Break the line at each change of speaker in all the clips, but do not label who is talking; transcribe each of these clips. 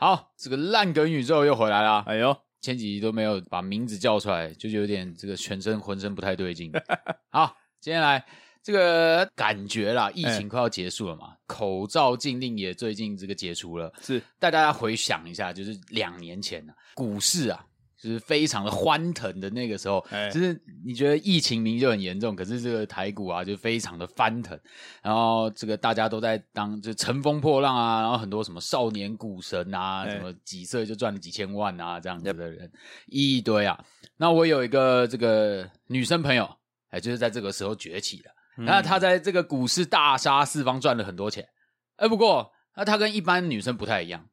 好，这个烂梗宇宙又回来啦。
哎呦，
前几集都没有把名字叫出来，就有点这个全身浑身不太对劲。好，接下来这个感觉啦，疫情快要结束了嘛，口罩禁令也最近这个解除了，
是
大家回想一下，就是两年前呢、股市啊。就是非常的欢腾的那个时候，
哎
就是你觉得疫情明明就很严重，可是这个台股啊就非常的翻腾，然后这个大家都在当就乘风破浪啊，然后很多什么少年股神啊，
哎
什么几岁就赚了几千万啊这样子的人一堆啊。那我有一个这个女生朋友，哎，就是在这个时候崛起的。
嗯
那她在这个股市大杀四方赚了很多钱，哎，不过那她跟一般女生不太一样，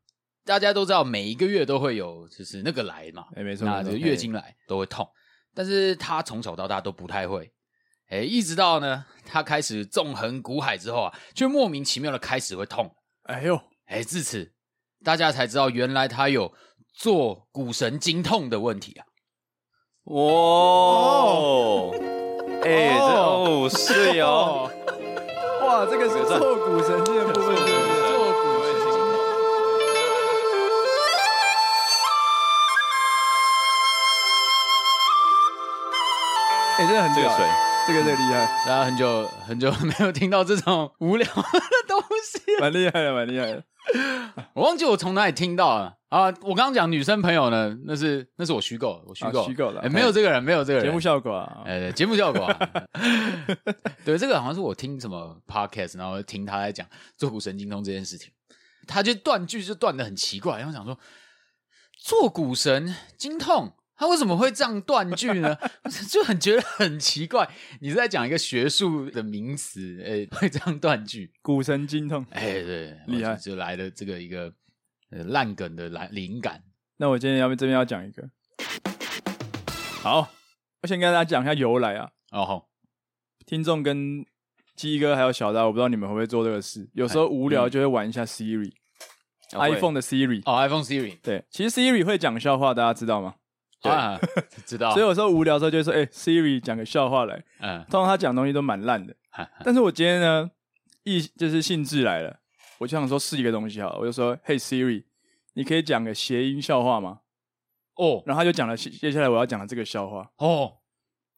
大家都知道每一个月都会有就是那个来嘛，
哎，没错，
那
没
就
错
是月经，来都会痛，但是她从小到大都不太会，哎，一直到呢她开始纵横股海之后啊，却莫名其妙的开始会痛，
哎哎呦，
哎，至此大家才知道原来她有做股神经痛的问题啊。
哇，哦哎，这哦是哟，
哇，这个是错骨神经的部分，对不对
做股神经痛。
哎，真的很
这
屌
个水，嗯
这个最厉害，
大家很久很久没有听到这种无聊的东西了，
蛮厉害的，蛮厉害的，
我忘记我从哪里听到了啊！我刚刚讲女生朋友呢，那是那是我虚构，我虚构
啊虚构的
哎没有这个人，没有这个人。
节目效果啊，
呃，节目效果、啊， 对，这个好像是我听什么 podcast，然后听他在讲坐骨神经痛这件事情，他就断句就断的很奇怪，然后想说坐骨神经痛，他为什么会这样断句呢？ 就很觉得很奇怪，你是在讲一个学术的名词，诶，会这样断句？
骨神经痛。
哎，对，
厉害
我就就来了这个一个呃烂梗的来灵感，
那我今天要不这边要讲一个，好，我先跟大家讲一下由来啊，
哦吼，
听众跟鸡哥还有小达，我不知道你们会不会做这个事，有时候无
哎嗯
聊就会玩一下 Siri，iPhone 的 Siri。
哦，iPhone Siri
对，其实 Siri 会讲笑话，大家知道吗？
对
啊，知道，
所以有时候无聊的时候就会说：“哎、s i r i 讲个笑话来。”
嗯，
通常他讲的东西都蛮烂的，但是我今天呢，一就是兴致来了，我就想说试一个东西好了，我就说：“Hey Siri，你可以讲个谐音笑话吗
哦？”
然后他就讲了接接下来我要讲的这个笑话。
哦，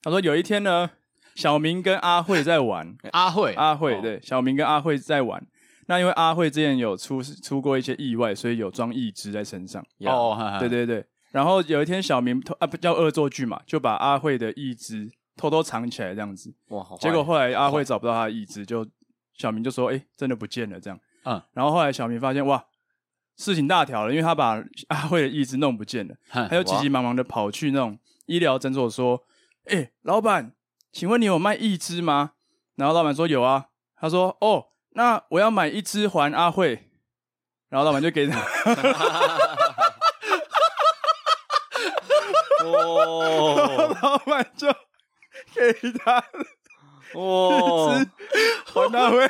他说有一天呢，小明跟阿慧在玩，
阿慧，
阿慧
哦
对，小明跟阿慧在玩。那因为阿慧之前有出出过一些意外，所以有装义肢在身上。
呀，
哦，哈哈
对对对。然后有一天，小明偷啊不叫恶作剧嘛，就把阿慧的义肢偷偷藏起来这样子。
哇，好坏
结果后来阿慧找不到他的义肢，就小明就说：“哎、真的不见了。”这样。
嗯。
然后后来小明发现哇，事情大条了，因为他把阿慧的义肢弄不见了，
哼
哎
他就急急忙忙的跑去那种医疗诊所说：“哎、老板，请问你有卖义肢吗？”然后老板说：“有啊。”他说：“哦，那我要买一只还阿慧。”然后老板就给他。
哦
老板就给他
哦，
还他位。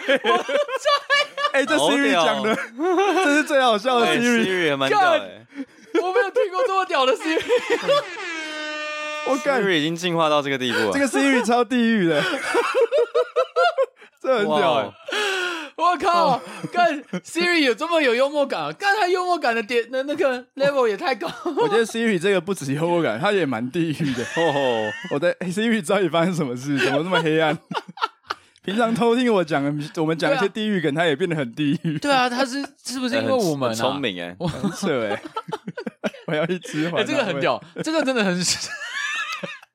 哎、这
好
Siri
屌
讲的，这是最好笑的
哎
Siri。
Siri 也蛮屌
干
哎
我没有听过这么屌的事情。
我感
，Siri 已经进化到这个地步了，
这个 Siri 超地狱的， 这很屌
哇
哎、
哦
我靠，干 Siri 有这么有幽默感、啊，干他幽默感的点那那个 level 也太高。
我觉得 Siri 这个不止幽默感，它也蛮地狱的。
哦，
我在、哎 Siri 到底发生什么事？怎么那么黑暗？ 平常偷听我讲，我们讲一些
对啊
地狱梗，它也变得很地狱，
对啊，他是是不是因为我们、啊、
很聪？明哎，
很扯哎、 我要一只还、
哎、这个很。屌，这个真的很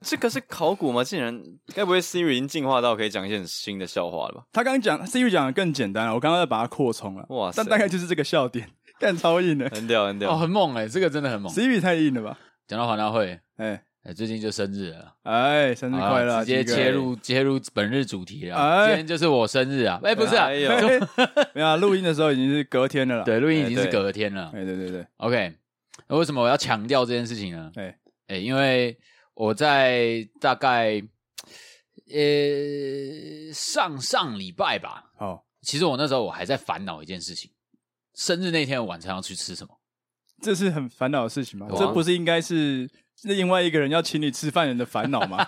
这个是考古吗？竟然，该不会 Siri 已经进化到可以讲一些很新的笑话了吧？
他刚刚讲 Siri 讲的更简单了，我刚刚在把它扩充了。
哇
哇
塞
但大概就是这个笑点， 干超硬的。
很屌，很
哦，
屌，
很猛哎、这个真的很猛。
Siri 太硬了吧？
讲到黄大会，
哎
哎，最近就生日了，
哎，生日
好啊
快乐！
直接
鸡哥
切入切入本日主题了。
哎
今天就是我生日啊，哎、不是、啊
哎，呦
嘿没有啊，录音的时候已经是隔天了啦。，
对，录音已经
哎
是
对
隔天了。
哎，对对对，
OK，那为什么我要强调这件事情呢？
哎，
诶、因为我在大概呃上上礼拜吧，
好，
其实我那时候我还在烦恼一件事情，生日那天晚餐要去吃什么？
这是很烦恼的事情嘛？
哇
这不是应该是另外一个人要请你吃饭人的烦恼 吗？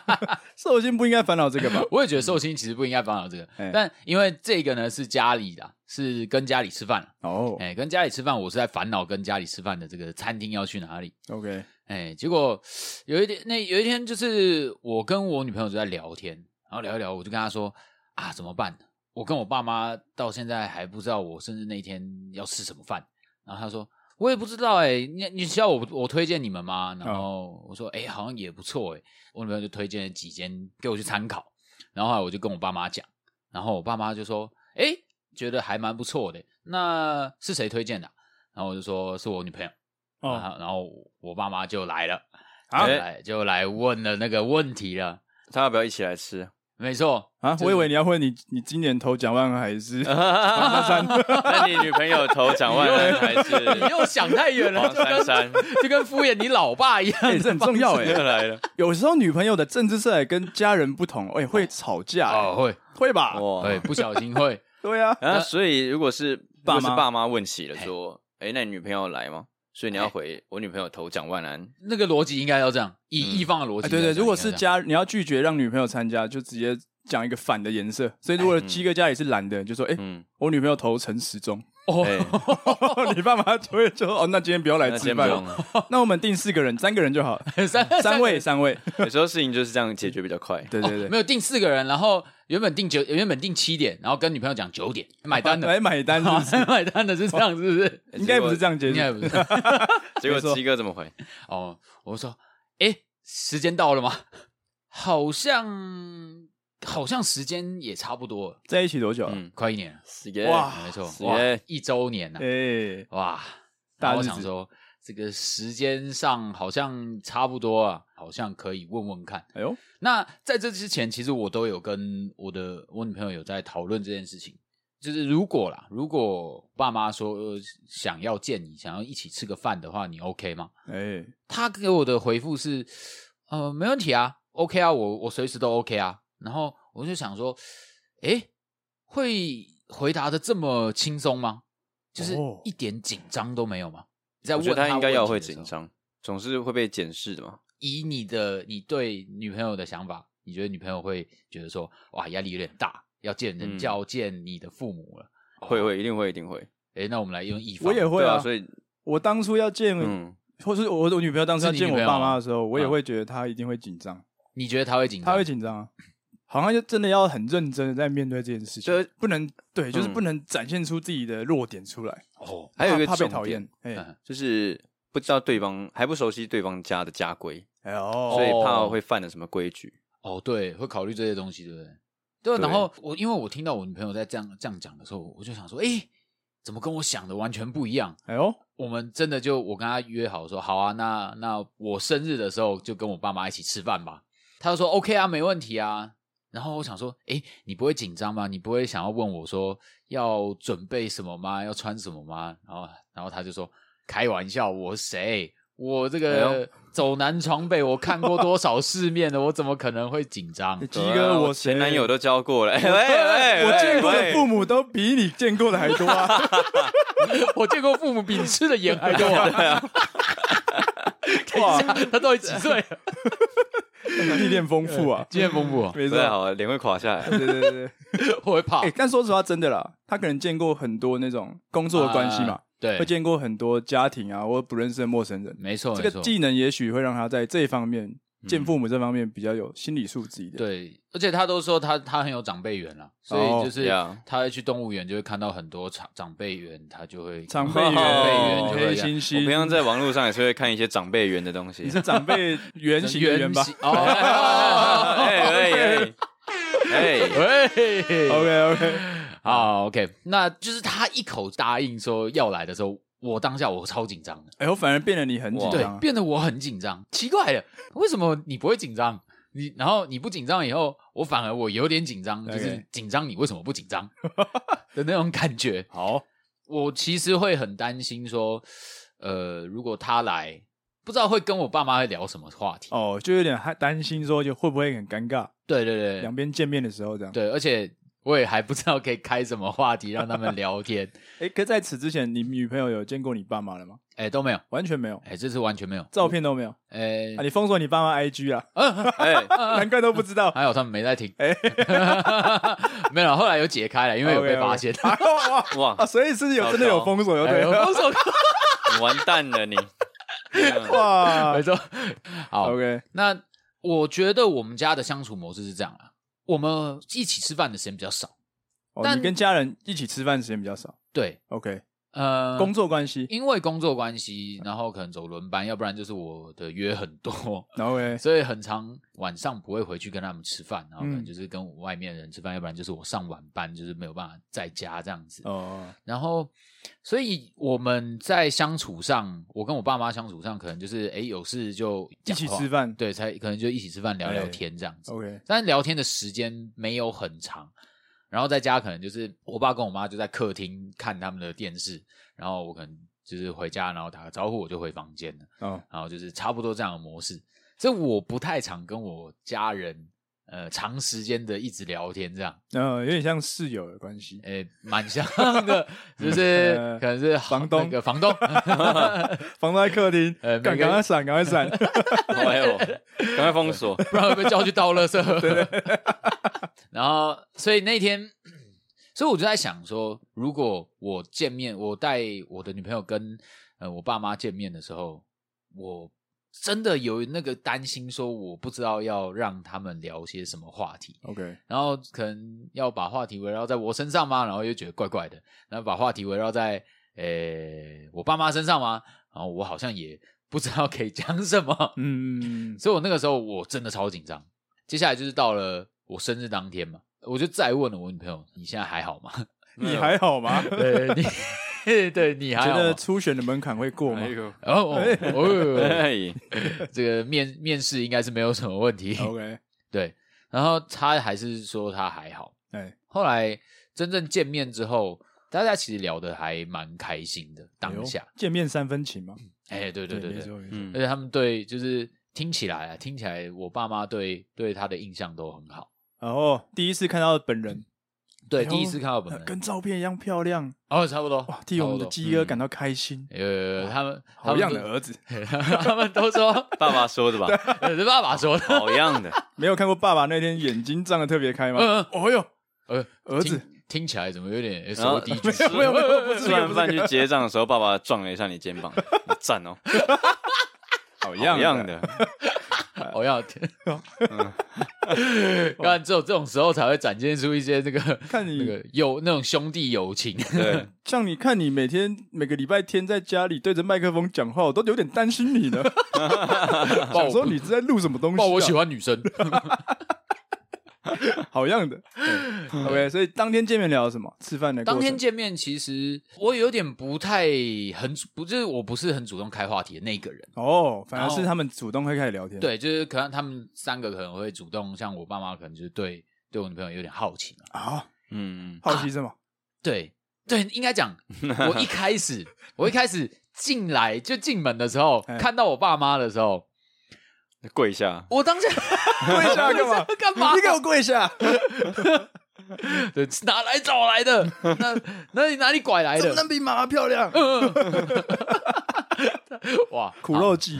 寿星不应该烦恼这个吧？
我也觉得寿星其实不应该烦恼这个，
哎
但因为这个呢是家里的，是跟家里吃饭了。
哦、
哎、跟家里吃饭，我是在烦恼跟家里吃饭的这个餐厅要去哪里。
o k
哎、结果有一天，那有一天就是我跟我女朋友就在聊天，然后聊一聊，我就跟她说啊，怎么办？我跟我爸妈到现在还不知道我生日那天要吃什么饭。然后她说我也不知道哎、你你需要我我推荐你们吗？然后我说哎、好像也不错哎、我女朋友就推荐了几间给我去参考。然后后来我就跟我爸妈讲，然后我爸妈就说哎、觉得还蛮不错的、那是谁推荐的啊、然后我就说是我女朋友。
哦、
然啊后然后我爸妈就来了，
啊
就来就来问了那个问题了。
他要不要一起来吃？
没错，
啊，我以为你要问你，你今年投蒋万安还是
呃
黄珊珊？
那你女朋友投蒋万安还
你
是
又想太远了，
黄
就跟
珊珊？
就跟敷衍你老爸一样。
哎、哦这很重要 哎、
又
啊
来了，
有时候女朋友的政治色彩跟家人不同，哎、会吵架、
哦，会
会吧？
哇！
哦会不小心会，
对啊，
然后所以如果是如
爸妈
果是爸妈问起了说，哎，那你女朋友来吗？所以你要回我女朋友投蒋 万安，
那个逻辑应该要这样，以
嗯
一方的逻辑应该
哎对
要这样。
对，如果是
应该这样，
家，你要拒绝让女朋友参加，就直接讲一个反的颜色。所以
哎
如果
嗯
鸡哥家里是蓝的，你就说哎、
嗯，
我女朋友投陈时中，
哎
哦，
你爸妈就会说哦，那今天不要来
那
吃
先
饭
不
了
用，了。
那我们定四个人，三个人就好，
三哦
三位三 位，
有时候事情就是这样解决比 较快。哎
对对对，
没有定四个人，然后原本定九，原本定七点，然后跟女朋友讲九点买单的，
来买单是不是，
买单 的是这样，是不是？
应该不是这样结
应
局
该不是。
结果
没错
鸡哥怎么回？
哦，我说，哎，时间到了吗？ 好像好像时间也差不多了，
在一起多久了？啊
嗯，
快一年了，
死耶
哇
没错，
是
哇
耶，
一周年呐、
哎、
哇！
大
然后我
日
想
子
说，这个时间上好像差不多啊，好像可以问问看。
哎呦，
那在这之前，其实我都有跟我的我女朋友有在讨论这件事情，就是如果啦，如果爸妈说、呃想要见你，想要一起吃个饭的话，你 OK 吗？
哎、
他给我的回复是，呃，没问题啊，OK 啊，我我随时都 OK 啊。然后我就想说，诶，会回答的这么轻松吗？就是
哦
一点紧张都没有吗？你在
我
问
觉得他应该
问
要
题
会
的时
紧
候。
张，总是会被检视的嘛。
以你的你对女朋友的想法，你觉得女朋友会觉得说，哇，压力有点大，要见人
嗯
就要见你的父母了。
会会一定会一定会。
诶，那我们来用一方，
我也会
对
哦啊，
啊，所以
我当初要见，
嗯，
或是我我女朋友当初要
是你女
见我
朋友
爸妈的时候，我也
嗯
会觉得她一定会紧张，
你觉得他会紧张？
她会紧张啊，好像就真的要很认真的在面对这件事情，
就是
不能对，就是
嗯
不能展现出自己的弱点出来，
哦，
还有一个
怕怕被
重
讨厌
点，
哎、
嗯
就是不知道对方还不熟悉对方家的家规，
哎呦，
所以怕会犯了什么规矩。
哦，对，会考虑这些东西，对不对？对啊。
对
然后我因为我听到我女朋友在这样这样讲的时候，我就想说，诶，怎么跟我想的完全不一样？
哎呦，
我们真的就我跟她约好说，好啊，那那我生日的时候就跟我爸妈一起吃饭吧。她就说 OK 啊，没问题啊。然后我想说，诶，你不会紧张吗？你不会想要问我说要准备什么吗？要穿什么吗？然后然后她就说，开玩笑，我谁？我这
哎
个走南闯北，我看过多少世面的，我怎么可能会紧张？
鸡
对啊
哥，我谁
前男友都教过 了，哎喂喂
我见过的
喂
父母都比你见过的还多啊！
我见过父母比你吃的
哎
盐还多。
哎
哇，
他到底几岁 了？
历练丰富 啊，
经验丰富哦，
没
不
错
太。好，脸会垮下来。
对对对对，
我会怕
哎、。但说实话，真的啦，他可能见过很多那种工作的关系嘛
啊，
哎
对
会，见过很多家庭啊，或不认识的陌生人。
没错，
这
没
个
错。
技能也许会让他在这一方面
嗯
见父母这方面比较有心理素质一点。，
对，而且他都说他他很有长辈缘了，所以就是
哦，yeah
他会去动物园就会看到很多长长辈缘，他就会
长辈
长辈
缘、哎
缘就会
黑
这样
猩
我平常
猩，
在网络上也是会看一些长辈缘的东西
你。 是长辈圆形的圆 吧
形哦，
哎哎哎哎，
喂，
？OK OK，
哎好，OK，那就是他一口答应说要来的时候，我当下我超紧张的。
哎，我反而变得你很紧
哇
对
张，啊。
变得我很紧张。奇怪了，为什么你不会紧张？你然后你不紧张以后，我反而我有点紧张，就
OK
是紧张你为什么不紧张 的那种感觉。
好，
我其实会很担心说，呃，如果他来，不知道会跟我爸妈会聊什么话
哦
题。
哦，就有点害担心说，就会不会很尴尬？
对对对
两边见面的时候这样。
对，而且我也还不知道可以开什么话题让他们聊天，
哎，可在此之前，你女朋友有见过你爸妈了吗？
哎、都没有，
完全没有，
哎、这次完全没有，
照片都没有啊！
哎、
你封锁你爸妈 IG 啊？
哎、
难怪都 不知道。
还好他们没在听，
哎
没有，后来有解开了，因为有被发现，
哎呦哇
哇
啊，，所以是有真的有封锁，有
哎
对
有
了
封锁，
完蛋了你！
哇
没错，好，
啊，OK，
那我觉得我们家的相处模式是这样啊，我们一起吃饭的时间比较少，
哦，
但
你跟家人一起吃饭时间比较少
对，
，OK，
呃，
工作关系，
因为工作关系，然后可能走轮班，要不然就是我的约很多，
然后哎，
所以很常晚上不会回去跟他们吃饭，然后可能
嗯
就是跟我外面的人吃饭，要不然就是我上晚班，就是没有办法在家这样子。
哦，
然后，所以我们在相处上，我跟我爸妈相处上，可能就是哎有事就
一
讲话
起吃，饭
对，才可能就一起吃饭聊聊
哎
天这样子。
，OK，
但聊天的时间没有很长。然后在家可能就是我爸跟我妈就在客厅看他们的电视，然后我可能就是回家，然后打个招呼我就回房间了，
哦，
然后就是差不多这样的模式。所以我不太常跟我家人呃长时间的一直聊天这样，
嗯，有点像室友的 关系，
诶，蛮像的， 就是
呃
可能是
房东
那个房东，
放在客厅，
呃
赶
每个
赶快闪，赶快 闪，
哎呦，赶快封锁！
不然会被叫去倒垃圾。 然后，所以那天， 所以我就在想说，如果我见面，我带我的女朋友跟呃我爸妈见面的时候，我真的有那个担心，说我不知道要让他们聊些什么话题。
OK，
然后可能要把话题围绕在我身上吗？然后又觉得怪怪的，然后把话题围绕在呃我爸妈身上吗？然后我好像也不知道可以讲什么，
嗯，
所以我那个时候我真的超紧张。接下来就是到了我生日当天嘛，我就再问了我女朋友：“你现在还好吗
你还好吗？？”
对你，对 你还
觉
好啊
得
吗？
初选的门槛会过吗
哎呦，
哦哦哦，
哎，
这个面面试应该是没有什么问题。
？OK，
对，然后他还是说他还好。
哎，
后来真正见面之后，大家其实聊得还蛮开心的。
哎呦
当下，
见面三分情嘛，
哎，对对对
没
对，
错没错，
嗯
而且他们对就是听起来啊，听起来我爸妈对对他的印象都很好。
然后哦第一次看到本人，
对，
哎呦
第一次看到本
呃
人，
跟照片一样漂亮，
哦，差不多，
哇，替我们的
差
鸡哥感到开心，
不多呃，他们他
好
们
样的
都
儿子，
他们都说
爸爸说的吧？
呃是爸爸说的，
好 样的，
没有看过爸爸那天眼睛张的特别开吗？
嗯
哦哟，
呃，
儿子啊
听听起来怎么有点
然后
S O D 句式？
没有没有，不是
吃
这个
完
不是
饭
这
去
个
结账的时候，爸爸撞了一下你肩膀，赞哦，
好
好样
样的，
的，
我要天，
哦
看只有这种时候才会展现出一些这个
看
那
你
个友那种兄弟友 情。
对，
像你看你每天每个礼拜天在家里对着麦克风讲话，我都有点担心你呢，
爆
想说你是在录什么东西
爆
啊？
我喜欢女 生，
好样的。对 OK，所以当天见面聊什么？吃饭的过程
当天见面其实我有点不太很主不就是我不是很主动开话题的那个人。
哦，反而
然后
是他们主动会开始聊天。，
对，就是可能他们三个可能会主动，像我爸妈可能就是对对我女朋友有点好奇嘛。
啊，
嗯，
好奇什么？
对对，应该讲，我 一开始我一开始进来就进门的时候，
哎
看到我爸妈的时候，
跪下，
我 当下
跪 下干嘛？
干嘛
你？给我跪下！
对，哪来找来的？那哪里哪里拐来
怎么
哎的？
能比妈妈漂亮？
哇，
苦肉计，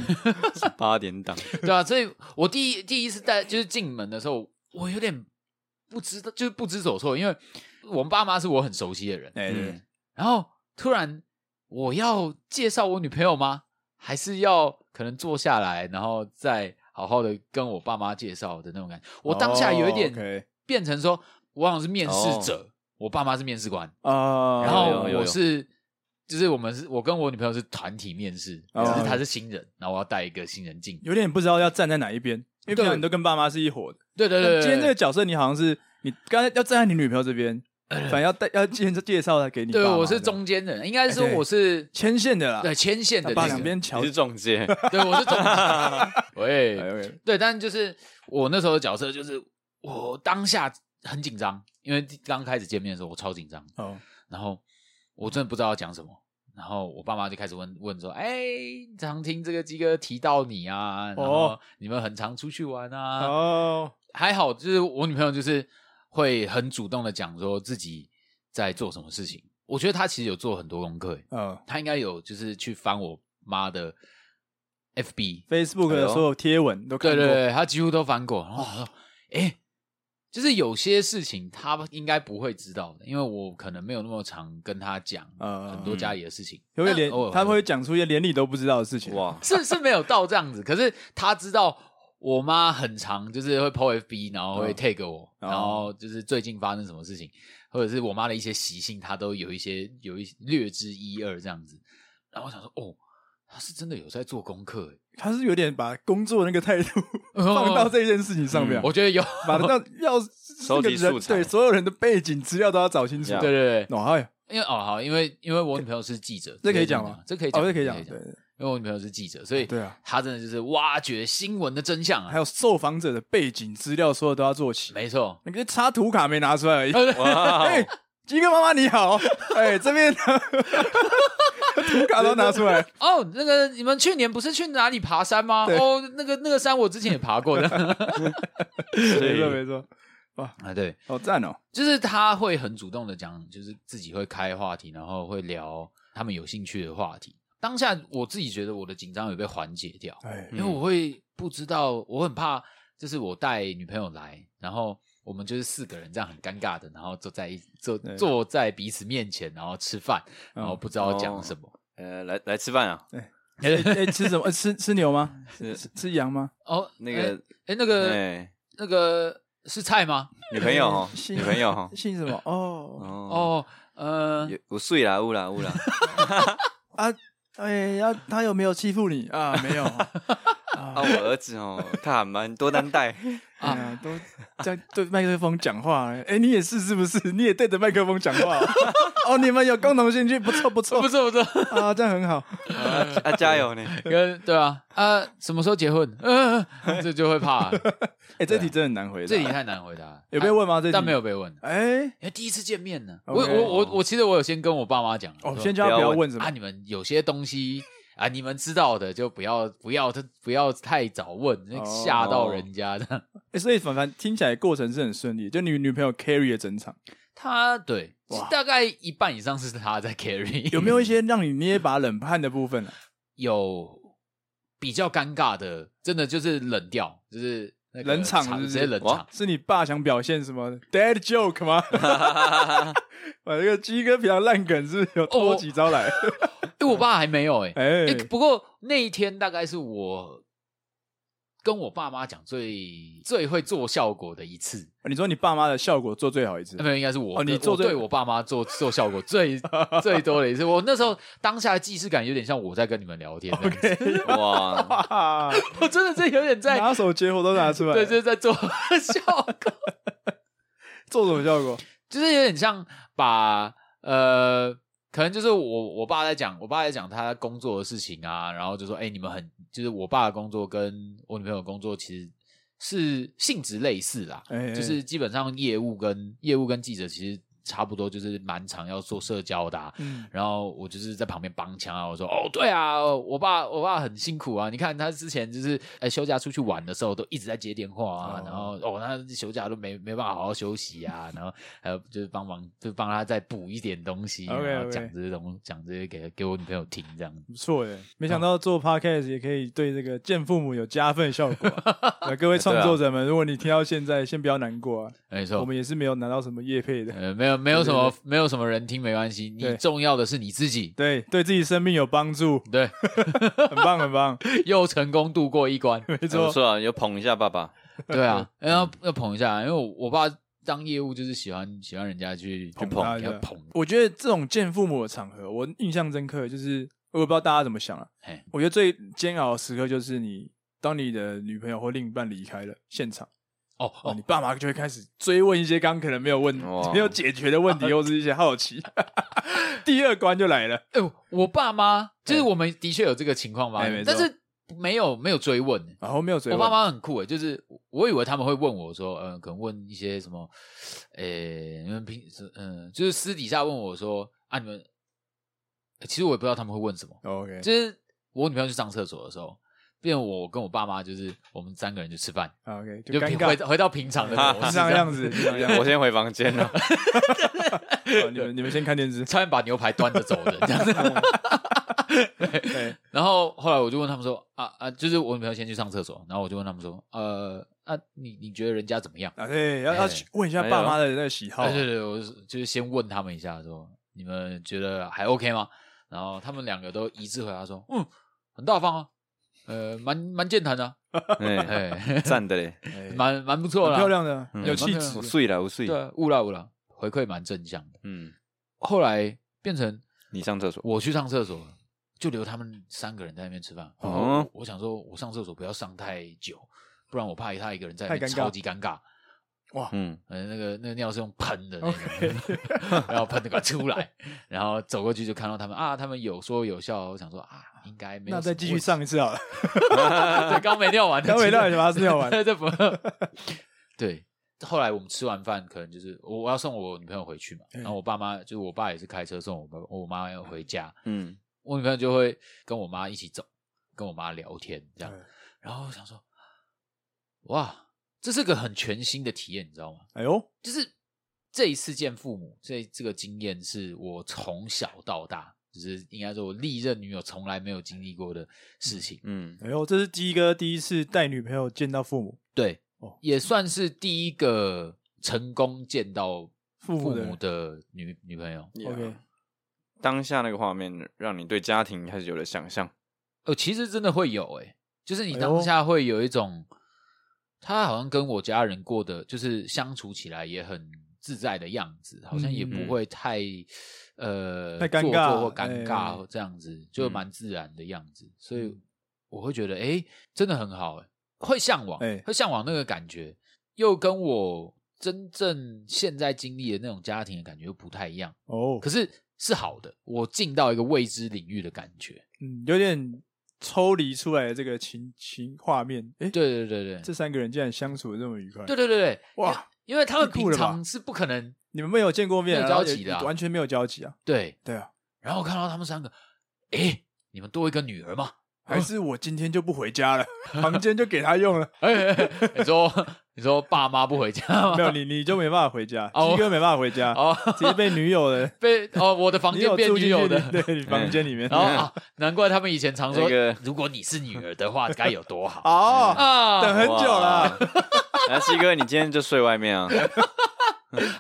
八点档，
对啊，所以我第一第一次带就是进门的时候，我有点不知道，就是不知所措，因为我们爸妈是我很熟悉的人，
哎，对
嗯，
然后突然我要介绍我女朋友吗？还是要可能坐下来，然后再好好的跟我爸妈介绍的那种感觉？我当下有一
哦
点
，OK 哦
变成说，我好像是面试者，我爸妈是面试官，
啊，
然
有
后
有
我是。就是我们是我跟我女朋友是团体面试，
哦
只是她是新人，然后我要带一个新人进。
有点不知道要站在哪一边，因为
对
平常你都跟爸妈是一伙的。
对对对对，
但今天这个
对
角色，你好像是你刚才要站在你女朋友这边，反正要带要介介绍她给你爸
呃对
妈。
我是
这样
中间人，应该是说
哎对
我是
牵线的啦，
对牵线的
要
那
把
个
两，边桥
你。是中介，
对我是中 间。喂，
哎，OK
对，但就是我那时候的角色就是我当下很紧张，因为刚开始见面的时候我超紧张，
哦，
然后我真的不知道要讲什么。然后我爸妈就开始问问说：“哎，常听这个鸡哥提到你啊，然后
哦
你们很常出去玩啊。
哦，
还好，就是我女朋友就是会很主动的讲说自己在做什么事情。我觉得他其实有做很多功课，欸
嗯
他应该有就是去翻我妈的 FB，
，Facebook
哎
的
呦
所有贴文都
对
看过，哦
对对，他几乎都翻过。然后我说，哎、就是有些事情他应该不会知道的，因为我可能没有那么常跟他讲
嗯
很多家里的事情，
因为
但
连
偶尔
他
会
会讲出一些连你都不知道的事情。
哇，
是是没有到这样子，可是他知道我妈很常就是会 PO FB，然后会
嗯
tag 我，
哦
然后就是最近发生什么事情，或者是我妈的一些习性，他都有一些有一略知一二这样子。然后我想说，哦，他是真的有在做功课欸，
他是有点把工作那个 态度放到这件事情上面啊，
我觉得有，
把 那要
收集
这个人
素材
对所有人的背景资料都要找清楚。
Yeah
对对对，
哦，哎，
因为哦好，因为因为我女朋友是记者，
这可以
这样
讲吗
这可以讲，
哦，这可以讲，
因
对，对
为我女朋友是记者，所以
对啊，
她真的就是挖掘新闻的真相
还
啊，
有受访者的背景资料，所有都要做齐。
没错，
你这插图卡没拿出来而已。
哇
哎，鸡哥妈妈你好， 哎，这边 图卡都拿出来，
哦，那个你们去年不是去哪里爬山吗？
对
哦，那个那个山我之前也爬过的
没错没错，
啊，对，
好赞哦，
就是他会很主动的讲，就是自己会开话题，然后会聊他们有兴趣的话题。当下我自己觉得我的紧张有被缓解掉，
哎，
因为我会不知道，我很怕，就是我带女朋友来，然后我们就是四个人这样很尴尬的，然后坐在一坐
对
坐在彼此面前，然后吃饭，
嗯
然后不知道
哦
讲什么。
呃，来来吃饭啊，
哎哎，吃什么？呃吃吃牛吗？
是
吃吃羊吗？
哦，
那个
哎，那个
哎，
那个是菜吗？
女朋 友哈，
姓
女朋友哈，
姓哎什么？ 哦
哦，
哦，呃，
有有睡啦，乌啦乌啦，
啊，哎，他他有没有欺负你啊？没有
啊，
啊，
我儿子哦，他还蛮多担待，
啊，都在对麦克风讲话。哎，你也是是不是？你也对着麦克风讲话哦？哦，你们有共同兴趣，不错不错
哦不是不 是，
啊，这样很好。
啊啊，加油呢，
跟对啊啊，什么时候结 婚？嗯、这就会怕了，
哎，这题真的很难回答，
这里太难回答了。啊
有被问吗？这题
但没有。被问，啊
哎，
因为第一次见面呢。我
OK
我我我其实我有先跟我爸妈讲，我
哦，
说
先叫他不
不
要
要
问什
啊，
么。
你们有些东西啊，你们知道的就不要不要不要太早问，那
哦
吓到人家的。
哎，所以凡凡听起来过程是很顺利，就你女朋友 carry 了整场。
他对
哇，
大概一半以上是他在 carry，
有没有一些让你捏把冷汗的部分啊？
有比较尴尬的？真的就是冷掉，就是那个
冷场是不
直
是
接冷
哇
场。
是你爸想表现什 么 dad joke 吗？把这个鸡哥平常烂梗是不
哦
是有多几招来？
哎，我爸还没有哎，
哎
欸，不过那一天大概是我跟我爸妈讲最最会做效果的一次，
哦你说你爸妈的效果做最好一次
那，没有应该是我
哦你
跟
做
我
最
对我爸妈做做效果 最最多的一次。我那时候当下的既视感有点像我在跟你们聊天这样子
哇，
哇，
我真的是有点在
拿手绝活都拿出来，
对，就是在做 效果，
做什么效果？
就是有点像把呃。可能就是我我爸在讲，我爸在讲他工作的事情啊，然后就说，哎、你们很就是我爸的工作跟我女朋友的工作其实是性质类似啦，
哎
就是基本上业务跟业务跟记者其实差不多，就是蛮常要做社交的啊、
嗯
然后我就是在旁边帮腔啊，我说哦，对啊，我爸我爸很辛苦啊，你看他之前就是呃休假出去玩的时候都一直在接电话啊，
哦
然后哦他休假都没没办法好好休息啊，然后还有就是帮忙就帮他再补一点东西啊
OK，OK
然后讲这些东讲这些给给我女朋友听这样子。
不错耶，没
嗯
想到做 podcast 也可以对这个见父母有加分的效果啊、 那各位创作者
啊
们，如果你听到现在，先不要难过啊，
没
我
错，
们也是没有拿到什么业配的。
呃，没有没有什
对
么没有什么人听没关系，
对
你重要的是你自己，
对，对自己生命有帮助，
对，
很棒很棒，
又成功度过一关。
没
怎么
错。
说啊？有捧一下爸爸，
对啊，要要捧一下，因为我我爸当业务就是喜欢喜欢人家去去
捧他
给他
对
捧，
我觉得这种见父母的场合，我印象深刻，就是我也不知道大家怎么想啊。
嘿
我觉得最煎熬的时刻就是你当你的女朋友或另一半离开了现场，
哦
哦，
哦
你，爸妈就会开始追问一些刚可能没有问、
哇
没有解决的问题，或是一些好 奇。第二关就来了，
哎、我爸妈就是我们的确有这个情况吧，
哎没错
但是没有没有追问、
然后没有追
我
问。
爸妈很酷诶、欸就是我以为他们会问我说，嗯、可能问一些什么，呃、你们平时嗯、就是私底下问我说啊，你们、呃其实我也不知道他们会问什么，
OK，
就是我女朋友去上厕所的时候，变成我跟我爸妈就是我们三个人去吃饭，
啊 OK，就
就
尴
平
尬
回，回到平常的模
是
式
这样
子。
子，是这样
我先回房间了。
子。好你们你们先看电视。
差点把牛排端着走的这样子。
对，
然后后来我就问他们说啊啊，就是我女朋友先去上厕所，然后我就问他们说，呃啊，你你觉得人家怎么样？
啊对，要要去问一下
哎
爸妈的那个喜好
啊，。对对，我是就是先问他们一下说，你们觉得还 OK 吗？然后他们两个都一致回答说，嗯，很大方啊，呃，蛮蛮健谈的啊，
哎，
哎，
赞的嘞，
哎
蛮蛮不错
很
啦，
漂，亮的，
嗯
有气质
我。睡了，我睡。
对啊，勿啦勿啦，回馈蛮正向的。
嗯，
后来变成
你上厕所，
我去上厕所，就留他们三个人在那边吃饭。
哦
哦，我想说，我上厕所不要上太久，不然我怕他一个人在那边
太尴尬
超级尴尬。
嗯，
呃，那个那个尿是用喷的那种，然后喷的快出来，然后走过去就看到他们啊，他们有说有笑，我想说啊，应该没有。
那再继续，上一次好了，
对，刚没尿完，
刚回到你把它尿 完。
对，这不，对。后来我们吃完饭，可能就是我我要送我女朋友回去
嗯
嘛，然后我爸妈就是我爸也是开车送我爸我妈要回家，
嗯，
我女朋友就会跟我妈一起走，跟我妈聊天这样。
嗯
然后我想说，哇，这是个很全新的体验，你知道吗？
哎呦，
就是这一次见父母，这这个经验是我从小到大，就是应该说我历任女友从来没有经历过的事情。
嗯，
哎呦，这是鸡哥第一次带女朋友见到父母，
对，
哦
也算是第一个成功见到
父母的
母的女女朋友。
OK
当下那个画面让你对家庭开始有了想象。
呃，其实真的会有诶、就是你
哎呦
当下会有一种，他好像跟我家人过的，就是相处起来也很自在的样子，好像也不会太、呃
嗯太尴
做
尬
作或尴
哎嗯
尬或这样子，就蛮自然的样子，所以我会觉得，哎、真的很好、欸，会向往，
哎
会向往那个感觉，又跟我真正现在经历的那种家庭的感觉又不太一样，
哦
可，是是好的，我进到一个未知领域的感觉。
嗯，有点抽离出来的这个情情画面。
对
哎，
对对对，
这三个人竟然相处的这么愉快。
对对对对，
哇
因为，因为他们
太酷
平
了吧
常是不可能
你们没有见过面啊，
没有交集的啊
然后也完全没有 交集啊。
对。
对啊，
然后我看到他们三个，诶，你们多一个女儿嘛？
还是我今天就不回 家了，房间就给他用了。
哎、 哎哎你说你说爸妈不回家吗？
没有你，你就没办法回家，
哦
鸡哥没办法回 家，
哦，
直接被女友的
被哦我的房
女
间
友
变
住
女
进
友
去
的，
你，对，你房 间里面。
然后啊，难怪他们以前常说
那个，
如果你是女儿的 话，该有多好
哦，等
啊
很久了，
哇。那西哥，你今天就睡外面啊？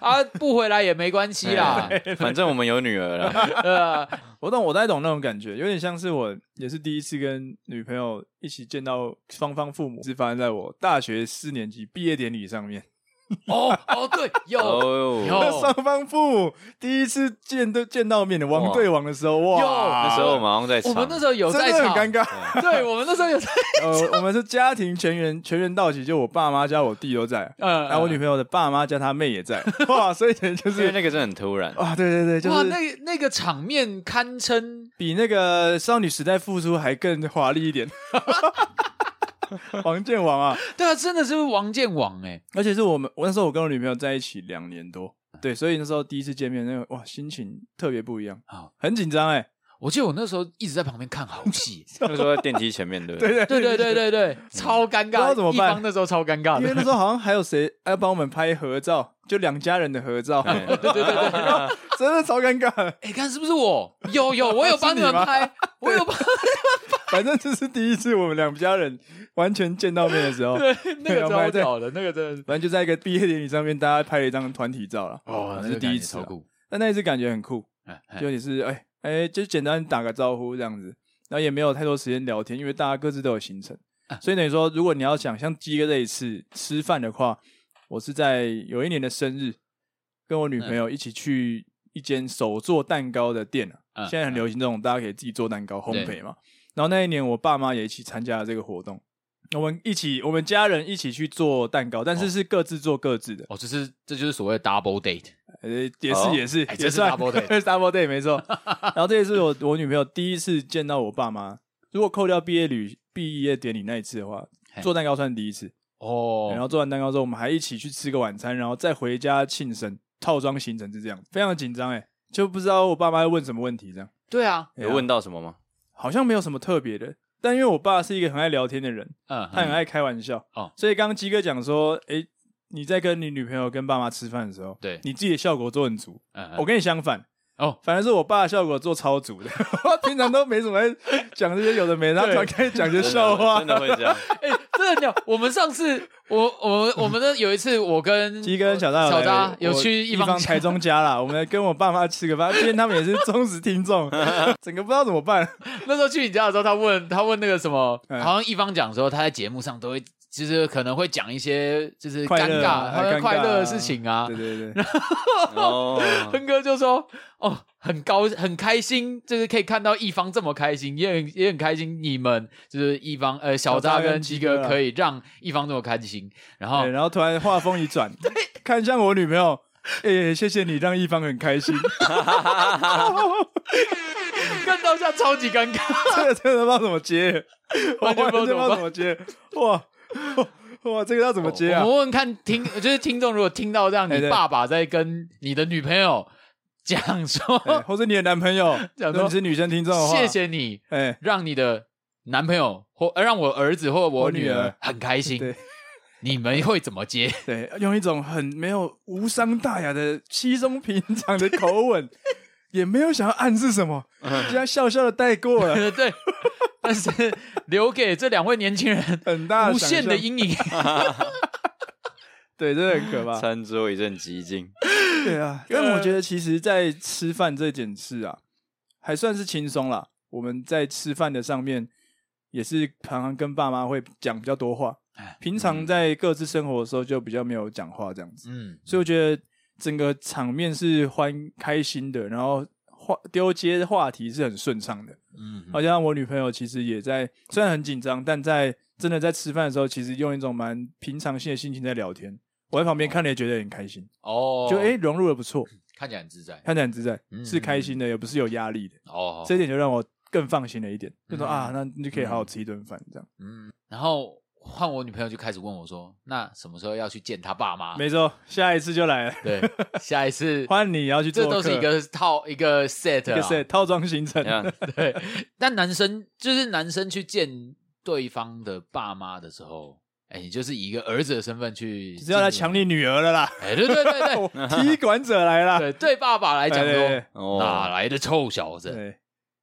啊！不回来也没关系啦，
哎反正我们有女儿了。
呃，
我懂，我大概懂那种感觉，有点像是我也是第一次跟女朋友一起见到双方父母，是发生在我大学四年级毕业典礼上面。
哦哦对，有
哦
有
那 双方父母第一次见都见到面的王对王的时候，哇，
哟
那时候我们好像在
啊我们
场
那时候有在
真的
场，
很尴 尬。
对我们那时候有 在，
呃，我们是家庭全员全员到齐，就我爸妈加我弟都在，
嗯
啊然后我女朋友的爸妈加她妹 也在，哇，所以就
因为
是
那个真的很突然。
哇，对对对，就
哇，
是
那那个场面堪称
比那个少女时代付出还更华丽一点。 王建王啊，
对啊，真的是王建王哎、
而且是我们，我那时候我跟我女朋友在一起两年多，对，所以那时候第一次见面，那个哇，心情特别不一样，
好
很紧张哎，
我记得我那时候一直在旁边看好 戏，
那时候在电梯前面，对不
对
对？
对
对对对对 对，超尴
不知
尬，
道怎么
一
办
方那时候超尴尬
因为
的，
那时候好像还有谁要帮我们拍合照，就两家人的合照，
哎
对对对对，
真的超尴尬的。
哎，看是不是我？有有，我有帮你们
是
拍，我有帮
反正这是第一次我们两家人完全见到面的时候，
对那
对
个
我们
超
还在
屌的，那个真的是
反正就在一个毕业典礼上面，大家拍了一张团体照了。
哦
那是第一次啊
超酷，
但那一次感觉很酷，
哎哎
就也是哎哎，就简单打个招呼这样子，然后也没有太多时间聊天，因为大家各自都有行程，
啊
所以等于说，如果你要想像鸡哥这一次吃饭的话，我是在有一年的生日，跟我女
嗯
朋友一起去一间手做蛋糕的店啊，
嗯
现在很流行这种大家可以自己做蛋糕烘
对
焙嘛。然后那一年我爸妈也一起参加了这个活动，我们一起我们家人一起去做蛋糕，
哦
但是是各自做各自的。
哦，这是这就是所谓的 double date，
呃，也
哦
是也是，
哎
也
这是
算
double date
这是 double day 没错。然后这也是我我女朋友第一次见到我爸妈。如果扣掉毕业旅毕业典礼那一次的话
嘿，
做蛋糕算第一次。然
哦，
后做完蛋糕之后，我们还一起去吃个晚餐，然后再回家庆生。套装行程是这样，非常紧张哎，就不知道我爸妈会问什么问题这样。
对啊，
哎呀
有问到什么吗？
好像没有什么特别的，但因为我爸是一个很爱聊天的人，
嗯，
他很爱开玩笑，
哦
所以刚刚鸡哥讲说，诶、你在跟你女朋友跟爸妈吃饭的时候，
对
你自己的效果做很足。
嗯，嗯
我跟你相反，
哦，
反而是我爸的效果做超足的， 我平常都没怎么在讲这些有的没的，他突然开始讲一些
真的
笑话
真。的会 这样。
哎，真的鸟，我们上次我我我们的有一次，我跟
鸡哥跟小大
小
来
大有
我
去
一
一方家
台中家啦，我 们跟我爸妈吃个饭，今天他们也是忠实听 众，整个不知道怎么办。
那时候去你家的时候，他问他问那个什么，
嗯
好像一方讲说他在节目上都会，就是可能会讲一些就是
快
尴
乐
尬、
啊
他
尴
会
尬
快乐的事情啊
对。对对，
哦，
亨哥就说：“哦，很高，很开心，就是可以看到一方这么开心，也很也很开心。你们就是一方，呃，小
小
扎
扎跟
跟鸡
鸡哥
哥
啊
可以让一方这么开心。然后
对然后突然话锋一转，看向我女朋友，诶、谢谢你让一方很 开心，
看到下超级尴尬，
这个真的不知道怎么接，我
完
完
全不知道
全不知
怎么
道
办
怎么接，哇哇哇，这个要怎么接啊
我？们问看听， 就是听众如果听到这样，
哎
你
对
爸爸在跟你的女朋友讲
对
说
哎或者你的男朋友，
讲说
如果你是女生听：“众的话，
谢。谢你，
哎，
让你的男朋友或呃让我儿子或我
我女
女儿
儿
很开心
对，
你们会怎么 接？
对，用一种很没有无伤大雅的稀松平常的口 吻，也没有想要暗示什么，
嗯
就这样笑笑的带过了，
对， 但是留给这两位年轻人
很大
无限的
想象，
阴 影。
对，真的很可
嗯
怕。
餐桌一阵寂 静，
对
呃
啊，但我觉得其实，在吃饭这件事啊，还算是轻松啦。我们在吃饭的上面，也是常常跟爸妈会讲比较多话
哎。
平常在各自生活的时候，就比较没有讲话这样子，
嗯，
所以我觉得整个场面是欢开心的，然后话丢接话题是很顺畅的。
嗯
好像我女朋友其实也在，虽然很紧张，但在真的在吃饭的时候，其实用一种蛮平常心的心情在聊天。我在旁边看了也觉得很开心，
哦，
就哎、诶融入的不错。
看起来很自在
看起来很自在，
嗯
是开心的，也不是有压力的，
哦
这一点就让我更放心了一点。就说
嗯
啊，那你就可以好好吃一顿饭这样。
嗯，然后换我女朋友就开始问我说：“那什么时候要去见她爸妈？”
没错，下一次就来了，
啊对，下一次
换你要去做
这
客，
都是一个套一个 set 啊
一
啦
个 set 套装行程
你。看，
对，但男生就是男生去见对方的爸妈的时候，哎、你就是以一个儿子的身份去，
只要来抢，你女儿了啦，
哎、对对对 对
我踢馆者来啦。
对，对爸爸来讲
哎对
说，哪
哦，
来的臭小子，
对，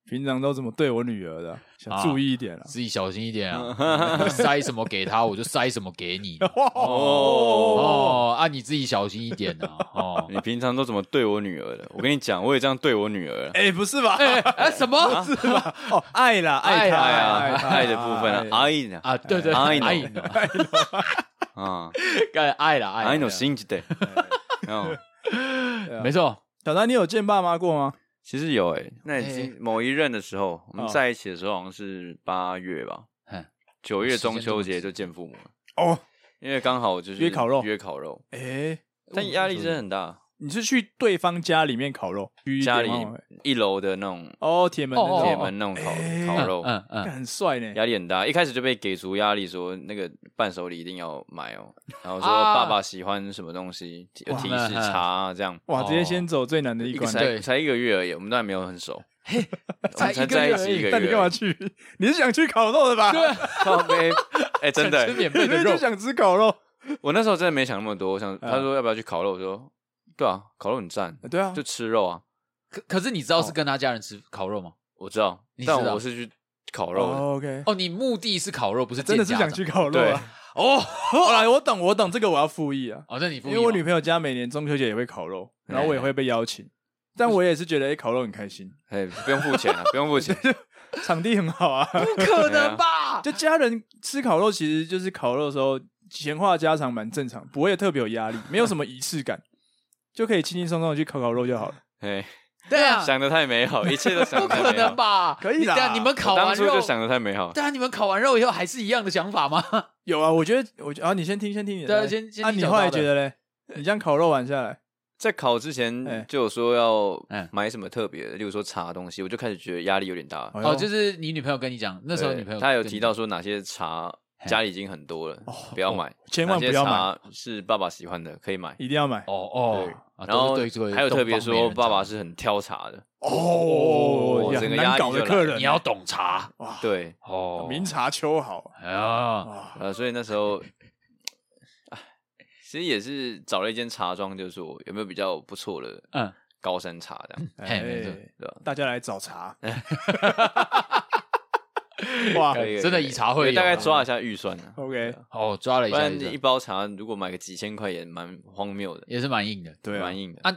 平常都怎么对我女儿的，想
啊
注意一点啦。
自己小心一点 啊，你塞什么给他，我就塞什么给你。
哦，
哦，啊，你自己小心一点啊！哦，
你平常都怎么对我女儿的？我跟你讲，我也这样对我女儿了。
哎，不是吧？
哎、哎什么
是吧？哦，爱啦，爱她，
哎
爱啊，
她哎
爱的部分啊，爱呢
啊？对对，爱
哎哎 啊，
该爱了爱
爱
了
の，信じて。
哎
嗯，
爱
没。错，
小丹，你有见爸妈过吗？
其实有诶，那已
哎
经某一任的时候，我们
哦
在一起的时候好像是八月吧
嗯，
九月
时间这
中
么
秋节
近
就见父母了，
哦，
因为刚好就是
约烤肉
约烤肉，
哎，
但压力真的很大。
你是去对方家里面烤肉，去
家
点
里
吗
一楼的那种
哦，铁门
哦
那种
铁门那种烤
哎
烤肉，
嗯嗯
干很帅呢。
压力很大，一开始就被给足压力，说那个伴手礼一定要买哦， 然后说
啊
爸爸喜欢什么东西，提有
哇
提示茶啊这样。
哇，
哦
直接先走最难的一
一个
关。
才
对
才一个月而已，我们都还没有 很熟，我
才
们才
一个
在
月
一起一个月，
哎但你干嘛？去？ 你是想去烤肉的吧？对，
靠 背，哎，真的
吃，免费
你
的
是
肉
就，想吃烤肉。
我那时候真的没想那么多，我想
嗯
他说要不要去烤肉，我说对啊，烤肉很赞，
对啊
就，吃肉啊，
可可是你知道
哦
是跟他家人吃烤肉吗？
我知道
你，知道
但我是去烤肉的，
哦 OK，
哦，你目的是烤肉，不是
真的
见
是
家
想
长
去烤肉
对
啊。哦，后来我懂，我懂这个，我要复议哎啊，
哦，那你不
因为我女朋友家每年中秋节也会烤肉，然后我也会被邀请，但我也是觉得哎，烤肉很开心，
哎，不用付钱啊，不用 付钱，
场地很好啊。
不可能吧？
就家人吃烤肉，其实就是烤肉的时候闲话家常，蛮正常，不会特别有 压力，没有什么仪式感，就可以轻轻松松的去烤烤肉就好了。
哎，
对啊，
想的太 美好，一切都想
不
的太
可
美好
能，吧？
可以
你啊
啦
等下你们烤
我当
完
初
肉
就，想的太美好，
对啊，你们烤完肉以后还是一样的想法吗？
有啊，我觉得，我觉得啊，你先听，先听你的。
对啊先先
啊，
听
你
小
后来
刀的
觉得嘞？你这样烤肉完下来，
在考之
哎
前就有说要
嗯
买什么特别的，例如说茶的东西，我就开始觉得压力有点大。
哎呦
哦哦，就是你女朋友跟你讲，那时候哦
对
女朋友
她有
跟你
提到说哪些茶家里已经很多了，不要买，
千万
哪些
不要买
茶是爸爸喜欢的可以买。
一定要买
哦哦
对，
啊
然后
都是对这个
还有特
东
别
方美
说，
人
爸爸
茶
是很挑茶的，
哦，
哇
呀
整
很
个
难
压力
搞的
就来
客
了
人，啊
你要懂茶
哇，
对，
哦，
明察秋毫
哎呀，
啊，
呃，所以那时候，唉其实也是找了一间茶庄，就是说有没有比较不错的
嗯，
高山茶这样，
嘿没错
哎
对吧？
大家来找 茬，哇
可以
啊真的
可
以茶会
因为大
友
概
啊
抓一下预算啊，
，OK，
哦，抓了一
不
下
然
就
一
是，
包茶如果买个几千块也蛮荒谬的，
也是蛮硬的。
对啊
蛮，硬的
啊。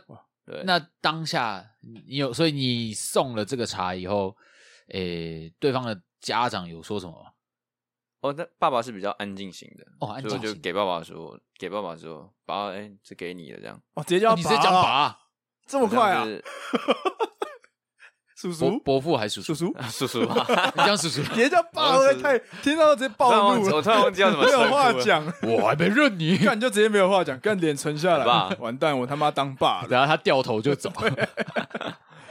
对，
那当下你有，所以你送了这个茶以后，诶，对方的家长有说什么吗？
哦，那爸爸是比较安静型的，
哦，安
所以我
静
就
型
给爸爸说，给爸爸说，爸，哎、这给你的这样，
哦，直接就
哦
要
你是讲
了
拔
这么快
好
啊
像，是
叔
伯
叔
伯父还是嗯叔
叔
叔？
叔，
叔叔吧？
你这样 叔叔，
直接叫爸了，太听到直接
突
暴
然忘
怒
记
了
我，突然忘记要怎么
没有
称呼
话
了。
讲，
我还没认你。
干就直接没有话讲，干脸沉下
爸
来，完蛋，我他妈当爸 了，
然后他掉头就 走，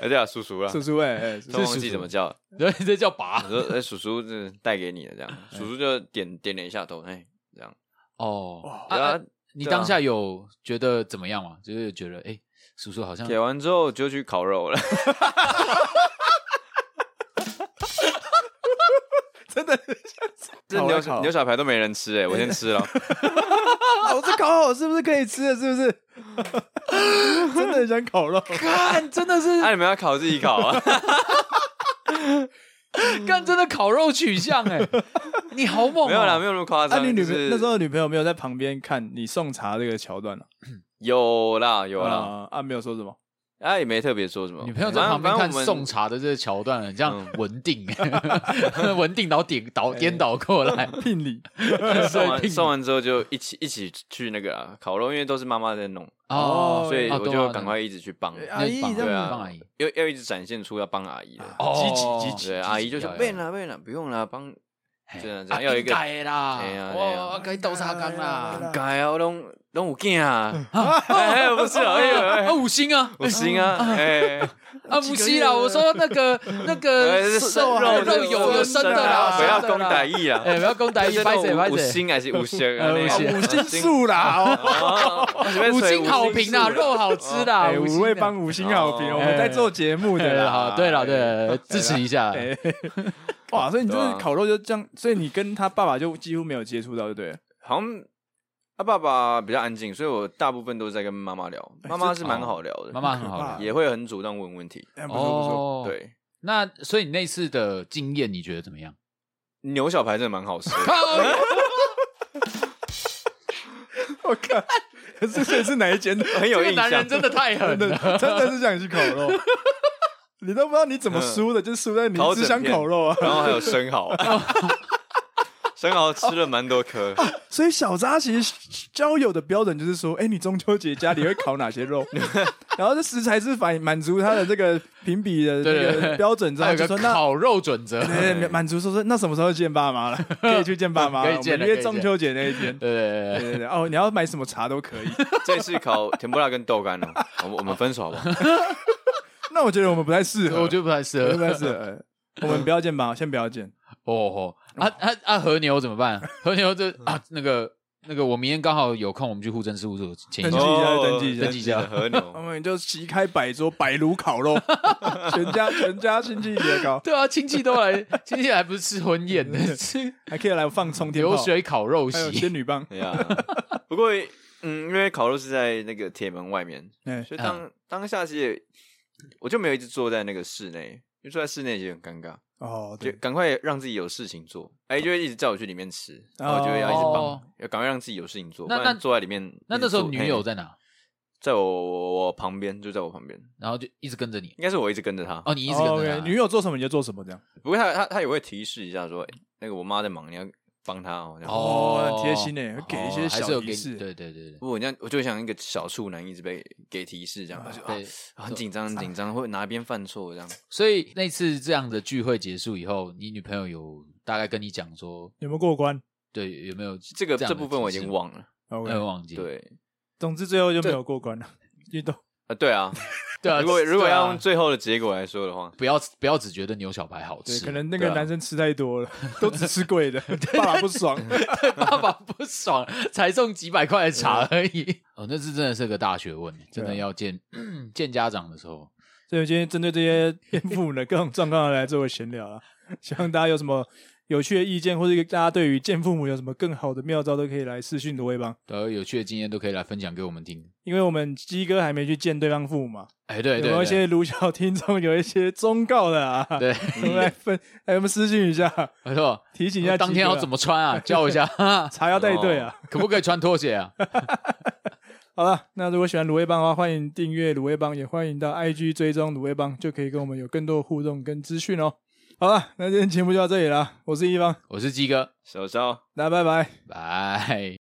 哎，对啊，叔叔啦，
叔叔哎哎，叔
突然忘
叔
记怎
叔
么叫了。
然后这叫拔
我说，哎，叔叔，这带给你的这样，叔叔就点点了一下头，哎，这样。
哦。啊
然
啊
后
你
对啊
当下有觉得怎么样吗？就是觉得，哎，叔叔好像
给完之后就去烤肉了，
真的，
这
烤来
牛
烤
牛小排都没人吃，哎，我先吃了。
啊我这烤好是不是可以吃了？是不 是？真的很想烤肉，
干真的是
那啊你们要烤自己烤啊？
干真的烤肉取向 哎，你好猛哦！
没有啦，没有那么夸
那
张。
啊你女
就
朋
是
那时候女朋友没有在旁边看你送茶这个桥段哦了？
有啦有啦，
啊，没有说什么。
啊也没特别说什么。
女朋友在
反正
旁边看
反正我们嗯
送 茶的这个桥段，很像文 定， 文定然后颠
哎
倒颠倒过来，
聘礼
送
所以
完
并
送完之后就一起一起去那个啊烤肉，因为都是妈妈在弄，
哦，
所以
哦
我就赶快一对啊一直去帮，
哎
那
阿姨
是棒
这
对
样
啊，棒阿姨
要要一直展现出要帮阿姨的。
哦
积极积极
对，阿姨就说：“不用，
要
啦，不用啦，不用啦，帮
嘿
这样这
啊
样要一个
应该的啦
哎呀，哎呀
哇，该倒沙缸啦，
改啊，拢拢有囝啊，
嗯
哎，哎不是啊，哎呦哎
啊
呦，
五星啊
不行啊，哎，
啊五星啦，我说那 个那个
哎
生啊
肉
呃
啊
肉有的生的啦，
不要
生的
攻
啦
打，意啊，
哎不要公打一，
就是
拍
那
谁
种
拍
五
谁。
星还是五星啊？
哎 五星
呃五星素 啦，哦
啊，
五星好评啦，
啊，
肉好吃啦，
哎，五
星
位
啊
帮五星好评，
哦
我们在做节目的
对
啦。
好，对了，对了，支持一下。
哎，哇，所以你就
对
是
啊
烤肉就这样，所以你跟他爸爸就几乎没有接触到，对不对了？
好像他爸爸比较安静，所以我大部分都是在跟妈妈聊，妈妈是蛮好聊的，
哎哦妈妈很好
可怕
的，哦
也会很主动问问题，
哎哎，不错不错，
对。”
那所以你那次的经验，你觉得怎么 样？
牛小排真的蛮好吃的，
我看这这是哪一间的？
很有
这个
印象。
男人真的太狠
真的
了。
真的是想去烤肉，你都不知道你怎么输的，就是输在你
嗯烤
只
整
想
片
烤肉啊。
然后还有生 蚝，生蚝吃了蛮多颗，
所以小扎其实交友的标准就是说，哎、你中秋节家里会烤哪 些肉？然后这食材是反满足他的这个评比的
对
这
对
个
对
标准之
还
后，
有
就
个
说那。
烤肉准 则，对
对，满足说说那什么时候见爸 妈了？可以去见爸妈了，
可以见
我们
了
约中秋节那一天。对
对对，
对对，哦，你要买什么茶都可以。
这次烤甜不辣跟豆干哦。 我们我们分手好不好？
那我觉得我们不太适合，
我觉得不太适
我
合。
觉得不太适合。哎我们不要见吧，先不要见。
哦哦，啊啊啊！和牛怎么办？和牛这啊那个那个，我明天刚好有空，我们去户政事务所签
登
一
记
下
一。下，
哦
登记一下
登。记一下。
和
我
牛，
们就席开百桌，百炉 烤肉，全家全家亲戚也搞，
对啊，亲戚都来，亲戚来不是吃婚宴的，吃
还可以来放冲天炮
流，水烤肉
还有
席。
仙女 棒。
哎呀，不过嗯，因为烤肉是在那个铁门外面，
哎，
所以当当下其实也我就没有一直坐在那个室内，因为坐在室内也很尴尬，
哦，
就
对，
赶快让自己有事情做。哎，就会一直叫我去里面吃，然后我就要一直
哦
帮，要赶快让自己有事情做。
那
不然
那
坐在里面一直坐，
那那时候女友
嘿
在哪？
在我我我旁边，就在我旁边，
然后就一直跟着你。
应该是我一直跟着她。
哦，你一直
哦
跟着
OK，
他。
女友做什么你就做什么，这样。
不过他他他也会提示一下说，欸那个我妈在忙，你要帮她哦。这样
哦很贴心欸会给一些
哦还是有
小提
给
示
对对对对。
不过我这样我就像一个小处男，一直被给提示这样，就啊
对，
啊很紧张很紧张，会哪边犯错这样。
所以那次这样的聚会结束以后，你女朋友有大概跟你讲说，
有没有过关
对，有没有
这个
这样
这
的
部分我已
提示
经忘了，
我
？OK，
有点忘记？，
对
总之最后就没有过关了，运动
啊啊，对啊，
对啊，
如果如果
对啊
要用最后的结果来说的话，
不要不要只觉得牛小排好
对，
吃，
可能那
对
个
啊
男生吃太多了，都只吃贵的，爸爸不爽。
嗯爸爸不爽才送几百块的茶而已。哦，那是真的是个大学问，真的
嗯对啊
要见 见家长的时候，
所以我今天针对这些颠覆呢各种状况来做个闲 聊啊，希望大家有什么有趣的意见，或者大家对于见父母有什么更好的妙招，都可以来私讯的威帮，
对啊，有趣的经验都可以来分享给我们听。
因为我们鸡哥还没去见对方父母嘛，
哎，对对
有
对
没有一些卢小听众有一些忠告的啊？
对，
我 们来分，来我们私信一下，
没错。
提醒一下鸡哥啊、
当天要怎么穿啊？教我一 下，
茶要带队啊。
可不可以穿拖鞋啊？
好了，那如果喜欢卤味帮的话，欢迎订阅卤味帮，也欢迎到 IG 追踪卤味帮，就可以跟我们有更多的互动跟资讯哦。好了，那今天节目就到这里了，我是一方，
我是鸡哥，
手招。
大家拜拜。
拜。